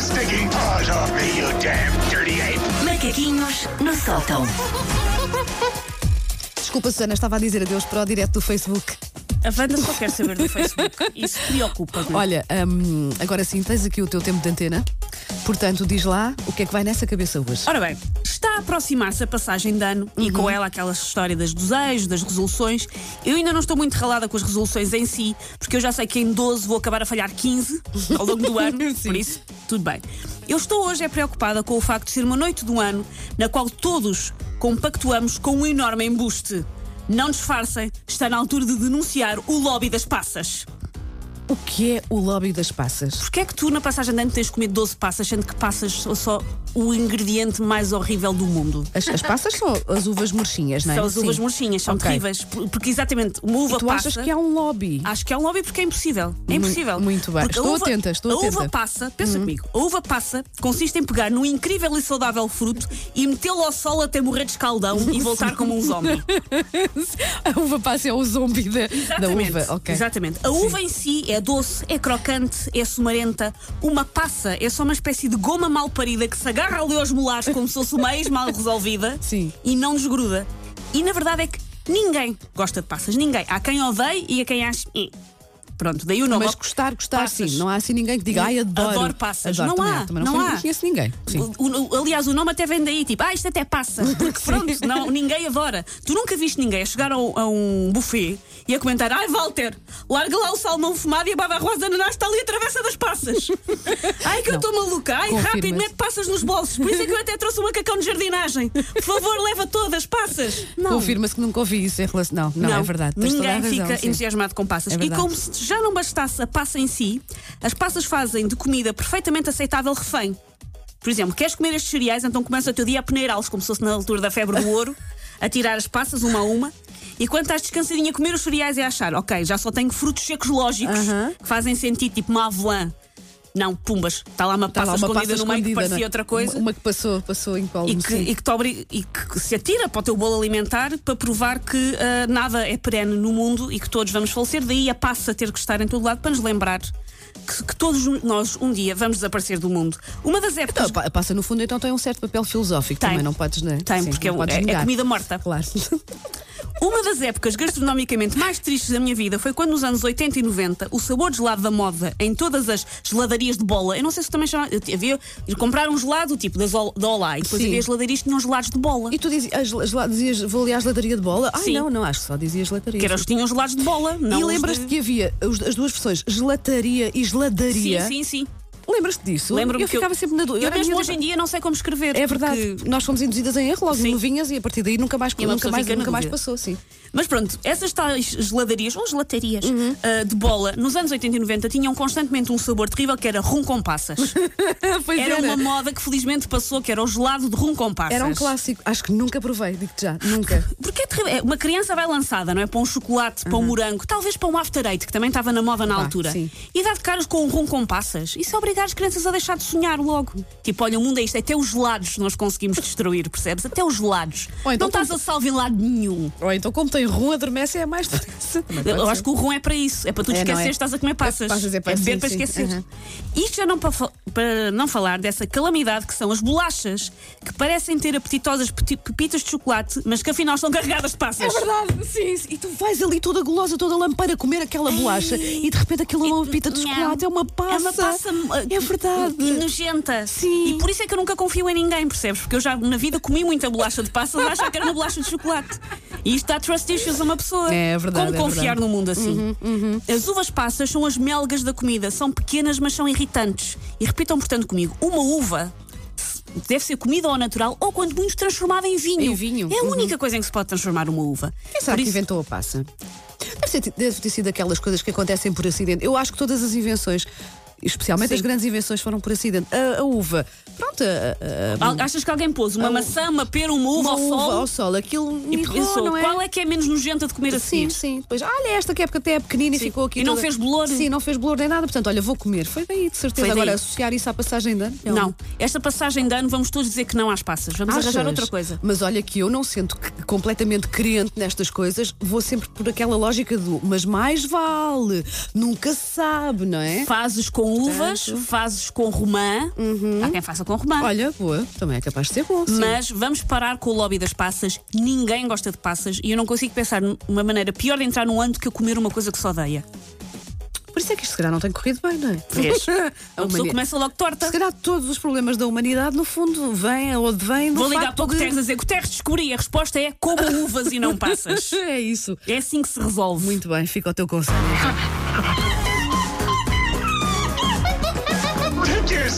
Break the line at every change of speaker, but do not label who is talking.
stinking paws off me, you damn dirty ape!
Macaquinhos no sótão.
Desculpa, Susana, estava a dizer adeus para o direto do Facebook.
A Wanda só quer saber do Facebook. Isso preocupa-me.
Olha, hum, agora sim, tens aqui o teu tempo de antena. Portanto, diz lá o que é que vai nessa cabeça hoje.
Ora bem, está a aproximar-se a passagem de ano e com ela aquela história das desejos, das resoluções. Eu ainda não estou muito ralada com as resoluções em si, porque eu já sei que em 12 vou acabar a falhar 15 ao longo do ano, por isso, tudo bem. Eu estou hoje é preocupada com o facto de ser uma noite do ano na qual todos compactuamos com um enorme embuste. Não disfarcem, está na altura de denunciar o lobby das passas.
O que é o lobby das passas?
Porquê é que tu na passagem de ano tens comido 12 passas, sendo que passas são só o ingrediente mais horrível do mundo?
As, as passas são as uvas murchinhas, não é?
São as uvas
Sim.
murchinhas, são
Ok.
terríveis. Por- Porque exatamente, uma uva
E tu
passa.
achas que há um lobby?
Acho que é um lobby porque é impossível. É impossível.
muito bem.
Porque a
Estou
uva-
atenta, estou
A
atenta.
uva passa, pensa comigo, a uva passa consiste em pegar num incrível e saudável fruto e metê-lo ao sol até morrer de escaldão e voltar como um zombie.
A uva passa é o zombi da, da
Exatamente.
uva. Ok.
Exatamente. A uva em si é doce, é crocante, é sumarenta. Uma passa é só uma espécie de goma mal parida que se agarra ali aos molares como se fosse uma ex mal resolvida
Sim.
e não desgruda. E na verdade é que ninguém gosta de passas, ninguém. Há quem odeie e há quem ache. "Ih". Pronto, daí o nome.
Mas gostar, gostar,
Passas.
sim. Não há assim ninguém que diga, ai, adoro.
Adoro passas.
Adoro
Não
também,
há,
também
não
sei,
há.
conheço ninguém. Sim.
O- o- aliás, o nome até vem daí, tipo, ah, isto até passa. Porque pronto, não, ninguém adora. Tu nunca viste ninguém a chegar a um, a um buffet e a comentar, ai, Walter, larga lá o salmão fumado e a baba rosa de ananás está ali a travessa das passas. ai, que eu
Não.
estou maluca. Ai,
Confirma-se.
rápido, mete passas nos bolsos. Por isso é que eu até trouxe um macacão de jardinagem. Por favor, leva todas, passas. Não.
Confirma-se que nunca ouvi isso em relação. Não, não, é verdade. Tens toda a
Ninguém
razão,
fica
sim.
entusiasmado com passas.
É
e
verdade.
como se já não bastasse a passa em si, as passas fazem de comida perfeitamente aceitável refém. Por exemplo, queres comer estes cereais, então começa o teu dia a peneirá-los, como se fosse na altura da febre do ouro, a tirar as passas uma a uma. E quando estás descansadinha a comer os cereais é achar, ok, já só tenho frutos secos lógicos
Aham.
que fazem sentido, tipo uma avelã. Não, pumbas, está lá uma
Está
passa
Tá lá uma
escondida
passa
no meio que
escondida,
parecia
não é?
outra coisa
Uma, uma que passou, passou em qual
e que, e que te obri- e que se atira para o teu bolo alimentar para provar que ah, nada é perene no mundo e que todos vamos falecer, daí a passa ter que estar em todo lado para nos lembrar que, que todos nós um dia vamos desaparecer do mundo. Uma das
Então,
épocas.
a pa- passa no fundo, então tem um certo papel filosófico
Tem.
também, não podes, né?
Tem, porque é
não
um-
podes
é- é
negar.
comida morta.
Claro.
Uma das épocas gastronomicamente mais tristes da minha vida foi quando, nos anos 80 e 90, o sabor de gelado da moda em todas as geladarias de bola. Eu não sei se também chama. eu te- Havia ir comprar um gelado tipo das Ol- da Olá e depois
Sim.
havia geladarias que tinham gelados de bola.
E tu dizias, ah, gel- gel- dizias, vou ali à gelataria de bola? Ai,
Sim.
não, não, acho que só dizias gelataria.
Que eram os que tinham gelados de bola. não
E
os
lembras-te
de-
que havia os- as duas versões, gelataria e
Sim,
geladaria?
sim, sim.
Lembras-te disso?
Lembro-me
eu
que
ficava sempre na dúvida.
Eu
Era a
mesmo
minha
hoje em dia não sei como escrever.
É verdade,
porque-
nós fomos induzidas em erro logo,
Sim.
novinhas, e a partir daí nunca mais,
E uma
nunca
pessoa
mais,
fica na
nunca mais
dúvida.
passou, sim.
Mas pronto, essas tais geladarias, ou gelatarias,
Uhum.
ah, de bola, nos anos 80 e 90 tinham constantemente um sabor terrível que era rum com passas.
pois é, né?
Era uma moda que felizmente passou, que era o gelado de rum com passas.
Era um clássico, acho que nunca provei, digo-te já, nunca.
Porque é terrível. É, Uma criança vai lançada, não é? Para um chocolate, para um morango, talvez para um after eight, que também estava na moda na
Pá,
altura.
Uhum. Ah, sim.
E dá de caras com um rum com passas. Isso é obrigar as crianças a deixar de sonhar logo. Tipo, olha, o mundo é isto, até os gelados nós conseguimos destruir, percebes? Até os gelados.
Ou então
não estás a salvo em lado nenhum.
Ou então, como tem rum, adormece é mais depressa.
Eu acho que o rum é para isso. É para tu
É,
te
não
esqueceres
é?
que estás a comer passas.
Passas é para-
beber
sim,
para
sim.
esquecer.
Aham.
Isto já não para, fa- para não falar dessa calamidade que são as bolachas, que parecem ter apetitosas peti- pepitas de chocolate, mas que afinal estão carregadas de
É
passas.
verdade, sim, sim. E tu vais ali toda gulosa, toda lampeira, comer aquela bolacha e de repente aquilo não é uma pita de
Não.
chocolate, é uma passa.
É uma passa uh,
É verdade.
Inojenta.
Sim.
E por isso é que eu nunca confio em ninguém, percebes? Porque eu já na vida comi muita bolacha de passa, mas achar que era uma bolacha de chocolate. E isto dá trust issues a uma pessoa.
É, é verdade, Uhum,
Como
é
confiar
verdade.
no mundo assim? As uvas passas são as melgas da comida. São pequenas, mas são irritantes. E repitam, portanto, comigo: uma uva. Deve ser comida ou natural, ou quando muito transformada em vinho.
Em vinho,
É a
uhum.
única coisa em que se pode transformar uma uva.
Quem será
Por
que
isso-
inventou a passa? Deve, ser- deve ter sido aquelas coisas que acontecem por acidente. Eu acho que todas as invenções, especialmente
Sim.
as grandes invenções, foram por acidente. A, a uva, pronto, a,
Al- Achas que alguém pôs uma maçã, uma pera, uma
a,
uva
uma
ao
uva
sol?
ao sol, aquilo
E
mirrou,
pensou,
não é?
qual é que é menos nojenta de comer assim?
Sim, sim. Depois, olha, esta que é porque até é pequenina e
Sim.
ficou aqui.
E não
toda-
fez bolor?
Sim, não fez bolor nem nada. Portanto, olha, vou comer. Foi daí, de certeza.
Foi daí.
Agora, associar isso à passagem de ano?
Não, esta passagem de ano vamos todos dizer que não às passas. Vamos
É Achas?
arranjar outra coisa.
Mas olha que eu não sendo que- completamente crente nestas coisas, vou sempre por aquela lógica do mas mais vale, nunca se sabe, não é?
Fazes com uvas, fazes com romã. Há quem faça com romã.
Uhum. Olha, boa, também é capaz de ser bom. sim.
Mas vamos parar com o lobby das passas. Ninguém gosta de passas e eu não consigo pensar numa maneira pior de entrar num ano do que eu comer uma coisa que se odeia.
Por isso é que isto se calhar não tem corrido bem, não é?
Vês?
A
A pessoa
humani-
começa logo torta.
Se calhar todos os problemas da humanidade, no fundo, vêm ou devêm do
Vou ligar
facto
para o
de...
Guterres a dizer: Guterres, descobri. A resposta é como uvas e não passas.
É isso.
É assim que se resolve.
Muito bem, fica o teu conselho.
Take your